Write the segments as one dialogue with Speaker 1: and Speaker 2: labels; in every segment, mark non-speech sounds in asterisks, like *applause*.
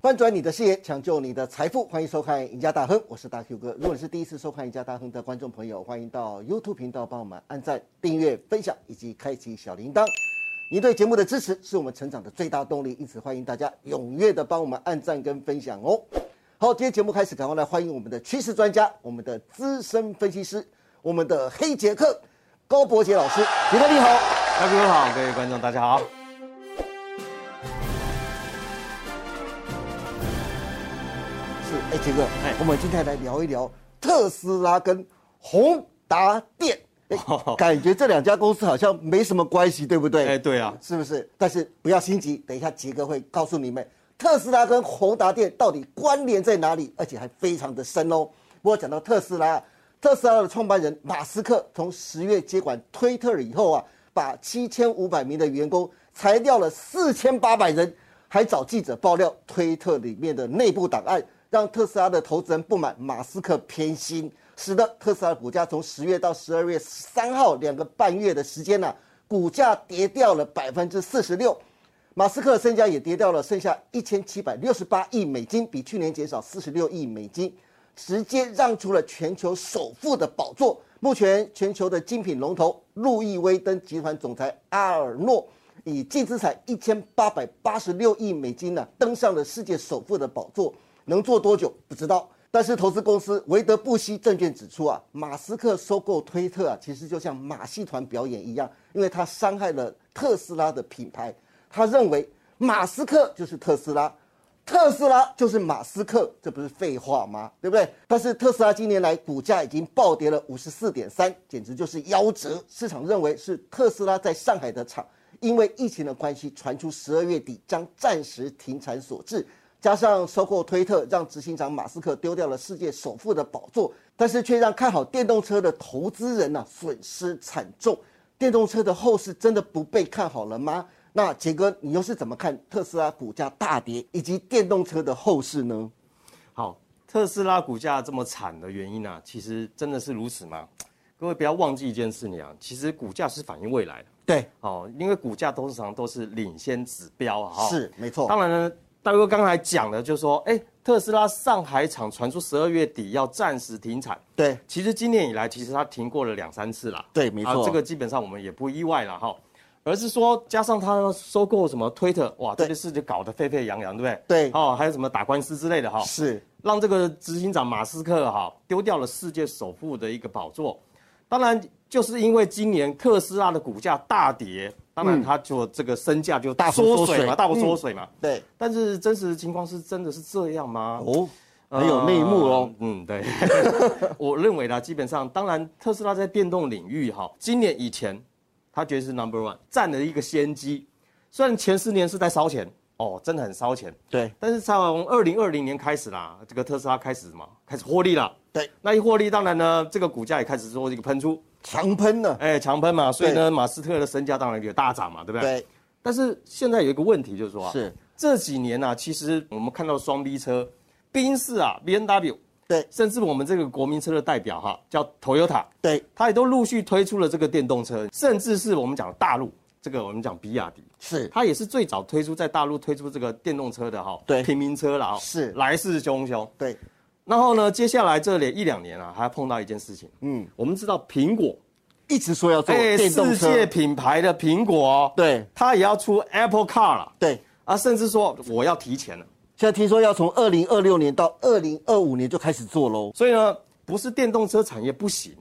Speaker 1: 翻转你的视野，抢救你的财富，欢迎收看《赢家大亨》，我是大 Q 哥。如果你是第一次收看《赢家大亨》的观众朋友，欢迎到 YouTube 频道帮我们按赞、订阅、分享以及开启小铃铛。您对节目的支持是我们成长的最大动力，因此欢迎大家踊跃的帮我们按赞跟分享哦。好，今天节目开始，赶快来欢迎我们的趋势专家、我们的资深分析师、我们的黑杰克高博杰老师，杰克你好。
Speaker 2: 大哥好，各位观众大家好。
Speaker 1: 是，哎，杰哥，
Speaker 2: 哎
Speaker 1: 我们今天来聊一聊特斯拉跟宏达电。哎
Speaker 2: 哦
Speaker 1: 感觉这两家公司好像没什么关系，对不对？
Speaker 2: 哎对啊
Speaker 1: 是不是？但是不要心急，等一下杰哥会告诉你们，特斯拉跟宏达电到底关联在哪里，而且还非常的深哦。不过讲到特斯拉，特斯拉的创办人马斯克从十月接管推特以后啊，把七千五百名的员工裁掉了四千八百人，还找记者爆料推特里面的内部档案，让特斯拉的投资人不满马斯克偏心，使得特斯拉的股价从十月到十二月三号两个半月的时间呢、啊股价跌掉了百分之四十六，马斯克的身家也跌掉了，剩下一千七百六十八亿美金，比去年减少四十六亿美金，直接让出了全球首富的宝座。目前全球的精品龙头路易威登集团总裁阿尔诺以净资产一千八百八十六亿美金呢、登上了世界首富的宝座。能做多久不知道。但是投资公司维德布西证券指出啊，马斯克收购推特啊，其实就像马戏团表演一样，因为他伤害了特斯拉的品牌。他认为马斯克就是特斯拉，特斯拉就是马斯克，这不是废话吗？对不对？但是特斯拉今年来股价已经暴跌了五十四点三，简直就是夭折。市场认为是特斯拉在上海的厂因为疫情的关系，传出十二月底将暂时停产所致。加上收购推特，让执行长马斯克丢掉了世界首富的宝座，但是却让看好电动车的投资人呢、啊损失惨重。电动车的后市真的不被看好了吗？那杰哥，你又是怎么看特斯拉股价大跌以及电动车的后市呢？
Speaker 2: 好，特斯拉股价这么惨的原因啊，其实真的是如此吗？各位不要忘记一件事情啊，其实股价是反映未来的
Speaker 1: 对，
Speaker 2: 哦，因为股价通常都是领先指标啊。哈
Speaker 1: 是没错，
Speaker 2: 当然呢，大哥刚才讲的就是说，哎，特斯拉上海厂传出十二月底要暂时停产，
Speaker 1: 对
Speaker 2: 其实今年以来，其实它停过了两三次啦。啊
Speaker 1: 对，没错，
Speaker 2: 这个基本上我们也不意外了哈。而是说，加上他收购什么推特，哇，
Speaker 1: 对
Speaker 2: 这件事就搞得沸沸扬扬，对不
Speaker 1: 对
Speaker 2: 对？哦，还有什么打官司之类的哈，
Speaker 1: 是
Speaker 2: 让这个执行长马斯克哈丢掉了世界首富的一个宝座。当然，就是因为今年特斯拉的股价大跌，当然它就这个身价就
Speaker 1: 嗯大幅缩
Speaker 2: 缩
Speaker 1: 水
Speaker 2: 水嘛，大幅
Speaker 1: 嗯
Speaker 2: 缩水嘛。
Speaker 1: 对
Speaker 2: 但是真实情况是真的是这样吗？
Speaker 1: 哦，很有内幕哦。
Speaker 2: 呃。嗯，对， *laughs* 我认为呢，基本上，当然，特斯拉在电动领域哈，今年以前，它绝对是 number one，占了一个先机。虽然前四年是在烧钱，哦，真的很烧钱，
Speaker 1: 对
Speaker 2: 但是从二零二零年开始啦，这个特斯拉开始什么，开始获利了。
Speaker 1: 对，
Speaker 2: 那一获利，当然呢，这个股价也开始做一个喷出，
Speaker 1: 强喷呢，
Speaker 2: 哎，强喷嘛，所以呢，马斯特的身价当然也大涨嘛，对不对？
Speaker 1: 对，
Speaker 2: 但是现在有一个问题就是说啊，
Speaker 1: 是
Speaker 2: 这几年呢、啊，其实我们看到双 B 车，宾士啊，B N W，
Speaker 1: 对
Speaker 2: 甚至我们这个国民车的代表哈，叫 Toyota，
Speaker 1: 对
Speaker 2: 它也都陆续推出了这个电动车，甚至是我们讲大陆这个我们讲比亚迪，
Speaker 1: 是
Speaker 2: 它也是最早推出在大陆推出这个电动车的哈，
Speaker 1: 对
Speaker 2: 平民车了哈，
Speaker 1: 是
Speaker 2: 来势汹汹。
Speaker 1: 对
Speaker 2: 然后呢，接下来这里一两年啊，还碰到一件事情，嗯，我们知道苹果，
Speaker 1: 一直说要做
Speaker 2: 哎，
Speaker 1: 电动
Speaker 2: 世
Speaker 1: 车，
Speaker 2: 界品牌的苹果、哦，
Speaker 1: 对
Speaker 2: 它也要出 Apple Car 了。
Speaker 1: 对，
Speaker 2: 啊，甚至说我要提前了。
Speaker 1: 现在听说要从二零二六年到二零二五年就开始做喽。
Speaker 2: 所以呢，不是电动车产业不行，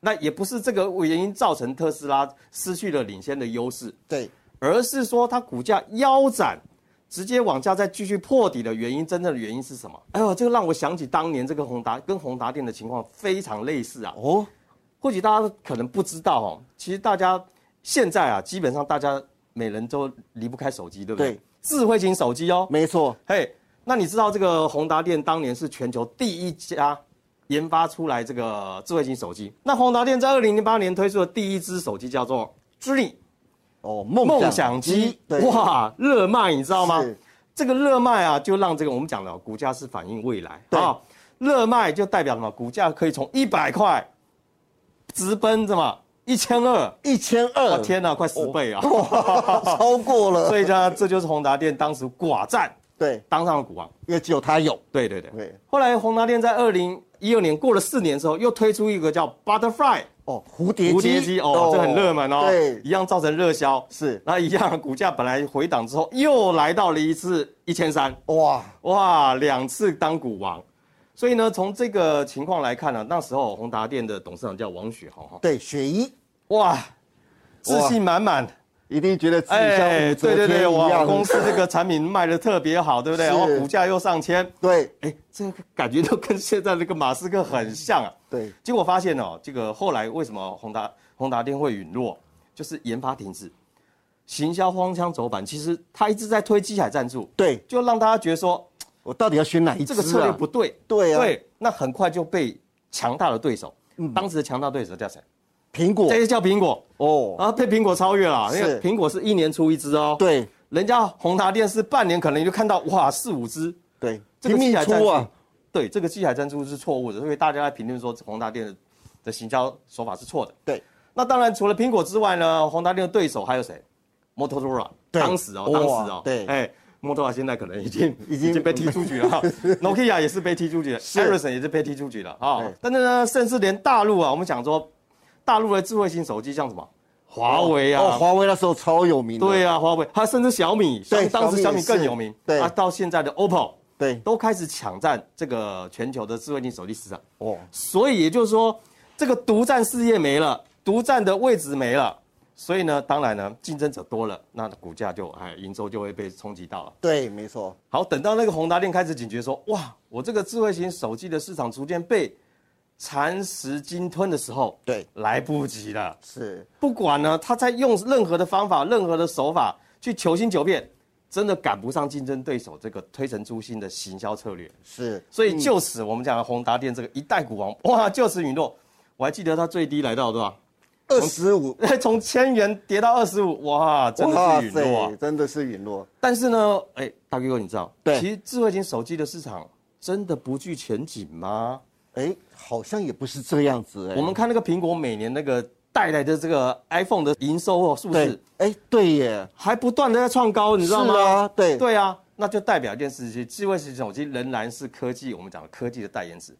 Speaker 2: 那也不是这个原因造成特斯拉失去了领先的优势，
Speaker 1: 对，
Speaker 2: 而是说它股价腰斩，直接往下再继续破底的原因，真正的原因是什么？哎呦，这个让我想起当年这个宏达跟宏达电的情况非常类似啊。
Speaker 1: 哦，
Speaker 2: 或许大家可能不知道哦，其实大家现在啊，基本上大家每人都离不开手机，对不对？
Speaker 1: 对
Speaker 2: 智慧型手机哦，
Speaker 1: 没错，
Speaker 2: 嘿，那你知道这个宏达电当年是全球第一家研发出来这个智慧型手机？那宏达电在二零零八年推出的第一只手机叫做 Dream
Speaker 1: 哦，梦
Speaker 2: 梦
Speaker 1: 想
Speaker 2: 想机，
Speaker 1: 对，
Speaker 2: 哇，热卖你知道吗
Speaker 1: 是？
Speaker 2: 这个热卖啊，就让这个我们讲了，股价是反映未来
Speaker 1: 对
Speaker 2: 啊。热卖就代表什么？股价可以从一百块直奔什么一千二？
Speaker 1: 一千
Speaker 2: 我
Speaker 1: 二，
Speaker 2: 天哪，快十倍啊！
Speaker 1: 哇，超过了，
Speaker 2: 所以呢，这就是宏达电当时寡占
Speaker 1: 对，
Speaker 2: 当上了股王。
Speaker 1: 因为只有他有。
Speaker 2: 对对对。
Speaker 1: 对
Speaker 2: 后来宏达电在二零一二年过了四年之后，又推出一个叫 Butterfly
Speaker 1: 哦，蝴蝶
Speaker 2: 蝴蝶机哦，这很热门哦，
Speaker 1: 对，
Speaker 2: 一样造成热销。
Speaker 1: 是
Speaker 2: 那一样股价本来回档之后，又来到了一次一千三，
Speaker 1: 哇，
Speaker 2: 哇，两次当股王。所以呢，从这个情况来看呢、那时候宏达电的董事长叫王雪红哈，
Speaker 1: 对，雪姨
Speaker 2: 哇，自信满满。
Speaker 1: 一定觉得自己像武
Speaker 2: 对
Speaker 1: 则
Speaker 2: 哎对
Speaker 1: 天
Speaker 2: 对，
Speaker 1: 一
Speaker 2: 哇，
Speaker 1: 样，
Speaker 2: 公司这个产品卖的特别好，对不对？
Speaker 1: 是
Speaker 2: 然后股价又上千，
Speaker 1: 对
Speaker 2: 哎，这个感觉都跟现在这个马斯克很像啊。
Speaker 1: 对
Speaker 2: 结果发现哦，这个后来为什么宏达宏达电会陨落，就是研发停滞，行销荒腔走板。其实他一直在推机海战术，
Speaker 1: 对，
Speaker 2: 就让大家觉得说
Speaker 1: 我到底要选哪一只
Speaker 2: 这
Speaker 1: 啊？
Speaker 2: 个策略不对。
Speaker 1: 对啊嗯
Speaker 2: 对，那很快就被强大的对手，当时的强大对手叫谁？
Speaker 1: 苹果
Speaker 2: 这就叫苹果，
Speaker 1: 哦，
Speaker 2: 然后被苹果超越了。啊因为
Speaker 1: 是
Speaker 2: 苹果是一年出一只哦，，
Speaker 1: 对
Speaker 2: 人家宏达电是半年可能就看到哇四五只，
Speaker 1: 对，
Speaker 2: 这个
Speaker 1: 拼
Speaker 2: 机
Speaker 1: 命
Speaker 2: 海战
Speaker 1: 出啊
Speaker 2: 术，，对，这个机海战术是错误的，所以大家在评论说宏达电的的行销手法是错的。
Speaker 1: 对
Speaker 2: 那当然，除了苹果之外呢，宏达电的对手还有谁？Motorola，
Speaker 1: 对
Speaker 2: 当时哦，
Speaker 1: 哇
Speaker 2: 当时哦，
Speaker 1: 对
Speaker 2: 哎。摩托罗拉现在可能已经
Speaker 1: 已
Speaker 2: 已
Speaker 1: 经
Speaker 2: 经被踢出
Speaker 1: *laughs*
Speaker 2: 局了，Nokia 也是被踢出局了，Ericsson 也是被踢出局了啊
Speaker 1: 对。
Speaker 2: 但是呢，甚至连大陆啊，我们讲说，大陆的智慧型手机像什么，华为
Speaker 1: 哦，
Speaker 2: 啊，
Speaker 1: 华为那时候超有名的，
Speaker 2: 对啊，华为，还有甚至小米，小
Speaker 1: 对
Speaker 2: 米当时
Speaker 1: 小
Speaker 2: 小
Speaker 1: 米也
Speaker 2: 米
Speaker 1: 是
Speaker 2: 更有名，
Speaker 1: 对
Speaker 2: 啊，到现在的 OPPO，
Speaker 1: 对
Speaker 2: 都开始抢占这个全球的智慧型手机市场。
Speaker 1: 哦，
Speaker 2: 所以也就是说，这个独占事业没了，独占的位置没了，所以呢，当然呢，竞争者多了，那股价就哎营收就会被冲击到了。
Speaker 1: 对，没错，
Speaker 2: 好，等到那个宏达电开始警觉说，哇，我这个智慧型手机的市场逐渐被蚕食鲸吞的时候，
Speaker 1: 对，
Speaker 2: 来不及了。
Speaker 1: 是
Speaker 2: 不管呢，他在用任何的方法、任何的手法去求新求变，真的赶不上竞争对手这个推陈出新的行销策略。
Speaker 1: 是，
Speaker 2: 所以就此我们讲的宏达电这个一代股王， *laughs* 哇，就此陨落。我还记得它最低来到多少？ *laughs*
Speaker 1: 二十五，
Speaker 2: 从千元跌到二十五，哇，真的是陨落啊！
Speaker 1: 真的是陨落，
Speaker 2: 但是呢，哎，大哥哥，你知道，
Speaker 1: 对
Speaker 2: 其实智慧型手机的市场真的不具前景吗？
Speaker 1: 哎，好像也不是这样子哎，
Speaker 2: 我们看那个苹果每年那个带来的这个 iPhone 的营收哦，数
Speaker 1: 对
Speaker 2: 字，
Speaker 1: 哎，对耶，
Speaker 2: 还不断的在创高，你知道
Speaker 1: 是
Speaker 2: 吗？
Speaker 1: 啊，对
Speaker 2: 对啊，那就代表一件事情，智慧型手机仍然是科技，我们讲的科技的代言词，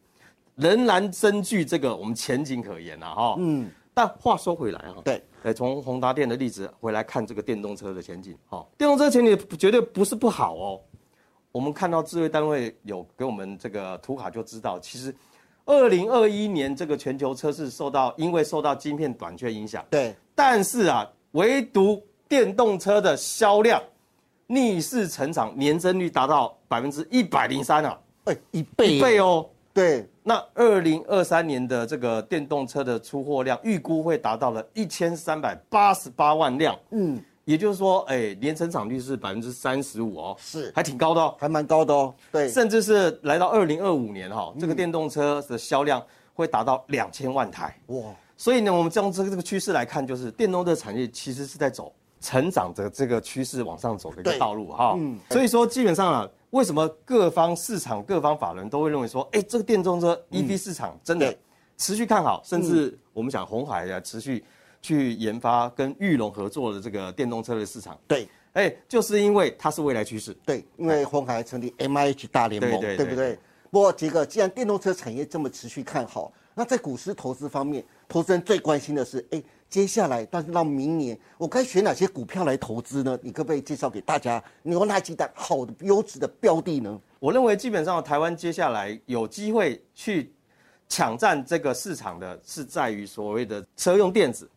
Speaker 2: 仍然深具这个我们前景可言啊，哈。嗯。但话说回来哈、
Speaker 1: 对，
Speaker 2: 哎，从宏达电的例子回来看这个电动车的前景，
Speaker 1: 嗯
Speaker 2: 哈、电动车前景绝对不是不好哦。我们看到智慧单位有给我们这个图卡就知道，其实二零二一年这个全球车市受到因为受到晶片短缺影响，
Speaker 1: 对
Speaker 2: 但是啊，唯独电动车的销量逆势成长，年增率达到百分之一百零三啊，
Speaker 1: 哎，一倍
Speaker 2: 一倍哦。
Speaker 1: 对，
Speaker 2: 那二零二三年的这个电动车的出货量预估会达到了一千三百八十八万辆，
Speaker 1: 嗯，
Speaker 2: 也就是说，哎，年成长率是百分之三十五哦，
Speaker 1: 是
Speaker 2: 还挺高的哦，
Speaker 1: 还蛮高的哦，对，嗯
Speaker 2: 甚至是来到二零二五年哈、哦这个电动车的销量会达到两千万台。
Speaker 1: 哇，
Speaker 2: 所以呢，我们从这个这个趋势来看，就是电动车产业其实是在走成长的这个趋势往上走的一个
Speaker 1: 对
Speaker 2: 道路哈。嗯，所以说基本上啊，为什么各方市场、各方法人都会认为说，哎，这个电动车 EV 市场真的
Speaker 1: 嗯对嗯
Speaker 2: 持续看好，甚至我们讲红海啊，持续去研发跟玉龙合作的这个电动车的市场，
Speaker 1: 对。
Speaker 2: 哎，就是因为它是未来趋势。
Speaker 1: 对，因为红海成立 M I H 大联盟，
Speaker 2: 哎对对
Speaker 1: 不
Speaker 2: 对
Speaker 1: 对？不过杰哥，既然电动车产业这么持续看好，那在股市投资方面，投资人最关心的是，哎，接下来但是到明年，我该选哪些股票来投资呢？你可不可以介绍给大家，你有哪几档好的、优质的标的呢？
Speaker 2: 我认为基本上台湾接下来有机会去抢占这个市场的是在于所谓的车用电子，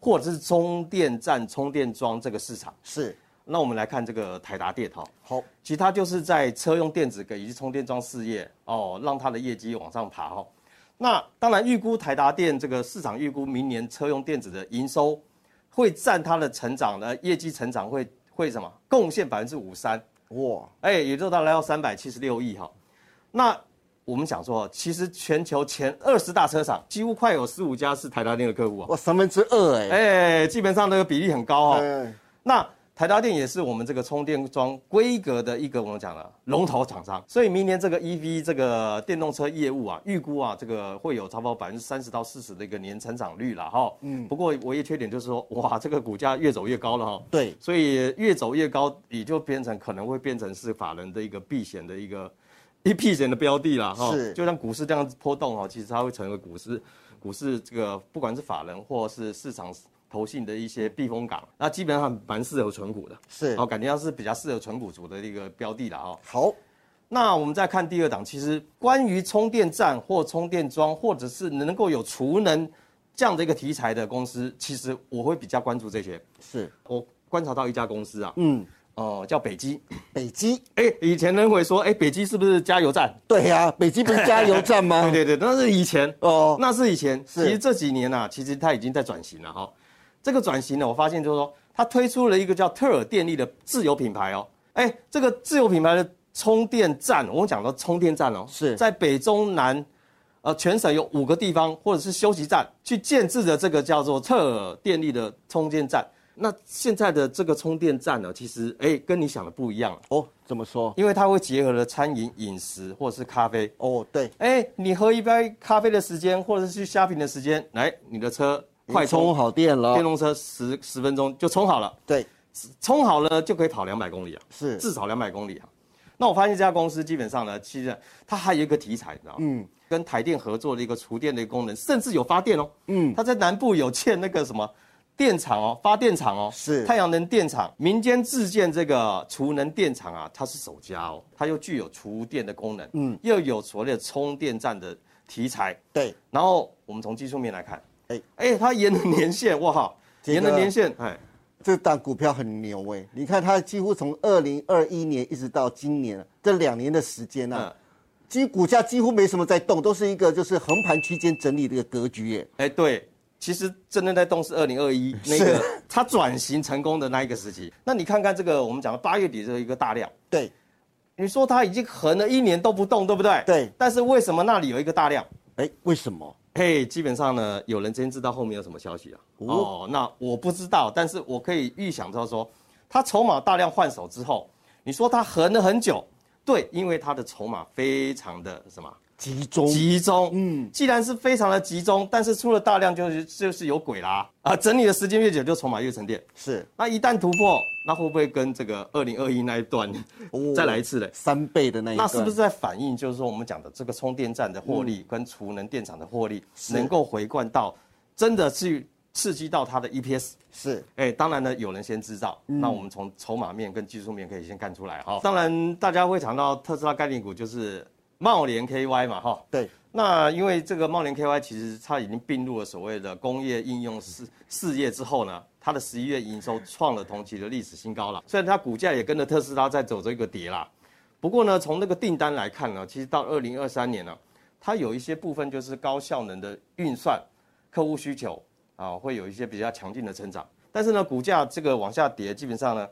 Speaker 2: 或者是充电站、充电桩这个市场。
Speaker 1: 是，
Speaker 2: 那我们来看这个台达电哈，
Speaker 1: 好，
Speaker 2: 其他就是在车用电子跟以及充电桩事业哦，让它的业绩往上爬哦。那当然，预估台达电这个市场预估明年车用电子的营收会占它的成长的业绩成长会会什么贡献百分之五三，
Speaker 1: 哇，
Speaker 2: 哎，也就到来到三百七十六亿哈。那我们想说，其实全球前二十大车厂几乎快有十五家是台达电的客户啊，
Speaker 1: 哇，三分之二哎，
Speaker 2: 哎，基本上那个比例很高哈、
Speaker 1: 嗯
Speaker 2: 那台达电也是我们这个充电桩规格的一个我们讲了龙头厂商，所以明年这个 EV 这个电动车业务啊，预估啊这个会有差不多百分之三十到四十的一个年成长率了哈。嗯，不过唯一缺点就是说，哇，这个股价越走越高了哈。
Speaker 1: 对，
Speaker 2: 所以越走越高，也就变成可能会变成是法人的一个避险的一个一避险的标的啦，哈。
Speaker 1: 是
Speaker 2: 就像股市这样子波动哦哈，其实它会成为股市股市这个不管是法人或是市场投信的一些避风港，那基本上蛮适合存股的。
Speaker 1: 是
Speaker 2: 哦，感觉上是比较适合纯股族的一个标的了哦。
Speaker 1: 好，
Speaker 2: 那我们再看第二档，其实关于充电站或充电桩，或者是能够有储能这样的一个题材的公司，其实我会比较关注这些。
Speaker 1: 是
Speaker 2: 我观察到一家公司啊，
Speaker 1: 嗯，
Speaker 2: 哦、叫北基。
Speaker 1: 北基，
Speaker 2: 哎，以前人会说，哎，北基是不是加油站？
Speaker 1: 对呀、北基不是加油站吗？
Speaker 2: *laughs* 对对对，那是以前。
Speaker 1: 哦，
Speaker 2: 那是以前，
Speaker 1: 是
Speaker 2: 其实这几年啊，其实它已经在转型了哈、这个转型呢，我发现就是说，它推出了一个叫特尔电力的自有品牌哦。哎，这个自有品牌的充电站，我们讲到充电站哦，
Speaker 1: 是
Speaker 2: 在北中南，呃，全省有五个地方或者是休息站去建制的这个叫做特尔电力的充电站。那现在的这个充电站呢，其实哎，跟你想的不一样了，
Speaker 1: 哦，怎么说？
Speaker 2: 因为它会结合了餐饮、饮食或者是咖啡。
Speaker 1: 哦，对，
Speaker 2: 哎，你喝一杯咖啡的时间，或者是去 shopping 的时间，来，你的车
Speaker 1: 啊
Speaker 2: 快充，
Speaker 1: 好电了
Speaker 2: 电，动车十十分钟就充好了，
Speaker 1: 对，
Speaker 2: 充好了就可以跑两百公里啊，
Speaker 1: 是
Speaker 2: 至少两百公里啊。那我发现这家公司基本上呢，其实它还有一个题材，你知道吗？嗯，跟台电合作的一个厨电的一个功能，甚至有发电哦。嗯，它在南部有建那个什么电厂哦，发电厂哦，
Speaker 1: 是
Speaker 2: 太阳能电厂，民间自建这个储能电厂啊，它是首家哦，它又具有厨电的功能，嗯，又有所谓的充电站的题材。
Speaker 1: 对，
Speaker 2: 然后我们从技术面来看，
Speaker 1: 哎
Speaker 2: 哎哎，它沿了年限，哇哈，
Speaker 1: 这个
Speaker 2: 沿了年限，哎，
Speaker 1: 这档股票很牛哎、你看它几乎从二零二一年一直到今年这两年的时间呢、啊，
Speaker 2: 嗯，
Speaker 1: 几股价几乎没什么在动，都是一个就是横盘区间整理的一个格局耶、欸
Speaker 2: 哎，对，其实真正在动是二零二一那个它转型成功的那一个时期。那你看看这个，我们讲的八月底这一个大量，
Speaker 1: 对，
Speaker 2: 你说它已经横了一年都不动，对不对？
Speaker 1: 对
Speaker 2: 但是为什么那里有一个大量？
Speaker 1: 哎，为什么？
Speaker 2: 嘿，基本上呢，有人真知道后面有什么消息啊？
Speaker 1: 哦
Speaker 2: 哦，那我不知道，但是我可以预想到说，他筹码大量换手之后，你说他横了很久，对，因为他的筹码非常的什么？
Speaker 1: 集中
Speaker 2: 集中，嗯，既然是非常的集中，但是出了大量就是就是有鬼啦啊！整理的时间越久，就筹码越沉淀。
Speaker 1: 是
Speaker 2: 那一旦突破，那会不会跟这个二零二一那一段
Speaker 1: 哦
Speaker 2: *laughs* 再来一次嘞？
Speaker 1: 三倍的那一
Speaker 2: 那
Speaker 1: 段，嗯
Speaker 2: 是不是在反映就是说我们讲的这个充电站的获利跟储能电厂的获利能够回灌到真的去刺激到它的 EPS？
Speaker 1: 是
Speaker 2: 哎，当然呢，有人先知道，
Speaker 1: 嗯
Speaker 2: 那我们从筹码面跟技术面可以先看出来哈。当然，大家会想到特斯拉概念股就是茂联 KY 嘛哈。
Speaker 1: 对，
Speaker 2: 那因为这个茂联 KY 其实它已经并入了所谓的工业应用事事业之后呢，它的十一月营收创了同期的历史新高了。虽然它股价也跟着特斯拉在走这个跌啦，不过呢，从那个订单来看呢，其实到二零二三年呢，它有一些部分就是高效能的运算客户需求啊，会有一些比较强劲的成长。但是呢，股价这个往下跌，基本上呢，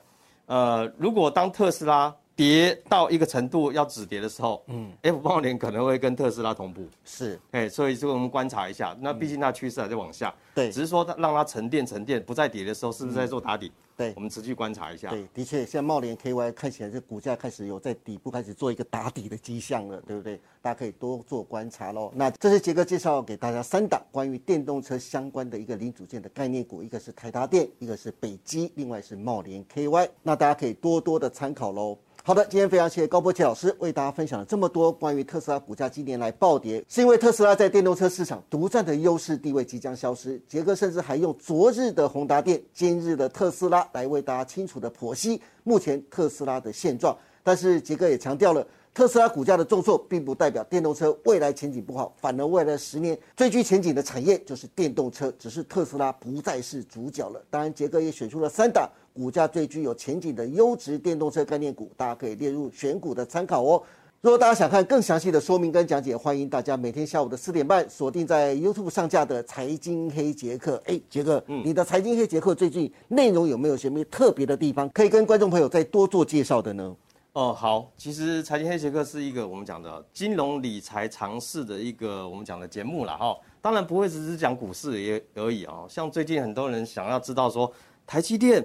Speaker 2: 呃，如果当特斯拉跌到一个程度要止跌的时候，嗯，F 茂联可能会跟特斯拉同步，
Speaker 1: 是
Speaker 2: 哎，所以这个我们观察一下。那毕竟它趋势还在往下，
Speaker 1: 嗯对嗯
Speaker 2: 只是说它让它沉淀沉淀，不再跌的时候，是不是在做打底？
Speaker 1: 对
Speaker 2: 我们持续观察一下。
Speaker 1: 对，的确，现在茂联 KY 看起来这股价开始有在底部开始做一个打底的迹象了，对不对？大家可以多做观察喽。那这是杰哥介绍给大家三档关于电动车相关的一个零组件的概念股，一个是台达电，一个是北基，另外是茂联 KY。那大家可以多多的参考喽。好的，今天非常谢谢高波奇老师为大家分享了这么多关于特斯拉股价今年来暴跌，是因为特斯拉在电动车市场独占的优势地位即将消失。杰哥甚至还用昨日的宏达电、今日的特斯拉来为大家清楚的剖析目前特斯拉的现状。但是杰哥也强调了，特斯拉股价的重挫并不代表电动车未来前景不好，反而未来十年最具前景的产业就是电动车，只是特斯拉不再是主角了。当然，杰哥也选出了三档股价最具有前景的优质电动车概念股，大家可以列入选股的参考哦。如果大家想看更详细的说明跟讲解，欢迎大家每天下午的四点半锁定在 YouTube 上架的《财经黑杰克》。哎，杰哥，你的《财经黑杰克》最近内容有没有什么特别的地方，可以跟观众朋友再多做介绍的呢？
Speaker 2: 哦，好，其实财经黑杰克是一个我们讲的金融理财常识的一个我们讲的节目了哈、当然哦不会只是讲股市也而已啊、像最近很多人想要知道说台积电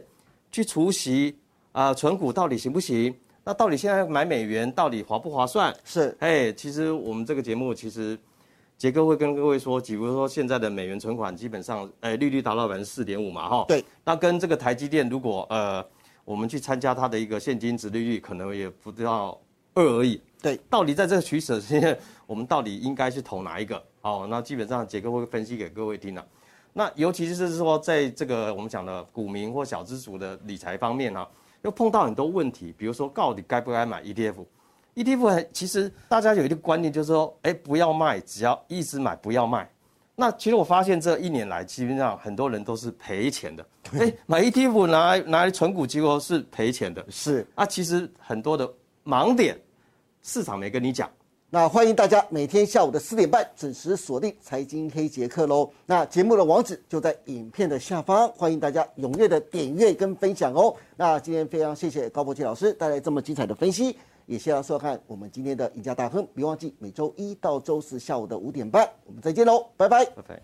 Speaker 2: 去除息啊、存股到底行不行？那到底现在买美元到底划不划算？
Speaker 1: 是
Speaker 2: 哎，其实我们这个节目其实。杰哥会跟各位说，比如说现在的美元存款基本上，哎，利率达到百分之四点五嘛，哈。
Speaker 1: 对。
Speaker 2: 那跟这个台积电，如果呃，我们去参加它的一个现金值利率，可能也不到二而已。
Speaker 1: 对，
Speaker 2: 到底在这个取舍之间，我们到底应该去投哪一个？好，那基本上杰哥会分析给各位听了、啊那尤其是说，在这个我们讲的股民或小资族的理财方面啊，又碰到很多问题，比如说到底该不该买 E ETF？ETF 很其实大家有一个观念就是说，哎，不要卖，只要一直买，不要卖。那其实我发现这一年来，基本上很多人都是赔钱的。哎，买 ETF 拿来拿来存股，结果是赔钱的。
Speaker 1: 是。
Speaker 2: 啊，其实很多的盲点，市场没跟你讲。
Speaker 1: 那欢迎大家每天下午的四点半准时锁定《财经黑杰克》喽。那节目的网址就在影片的下方，欢迎大家踊跃的点阅跟分享哦。那今天非常谢谢高博奇老师带来这么精彩的分析，也谢谢大家收看我们今天的赢家大亨。别忘记每周一到周四下午的五点半，我们再见喽，拜拜。
Speaker 2: OK。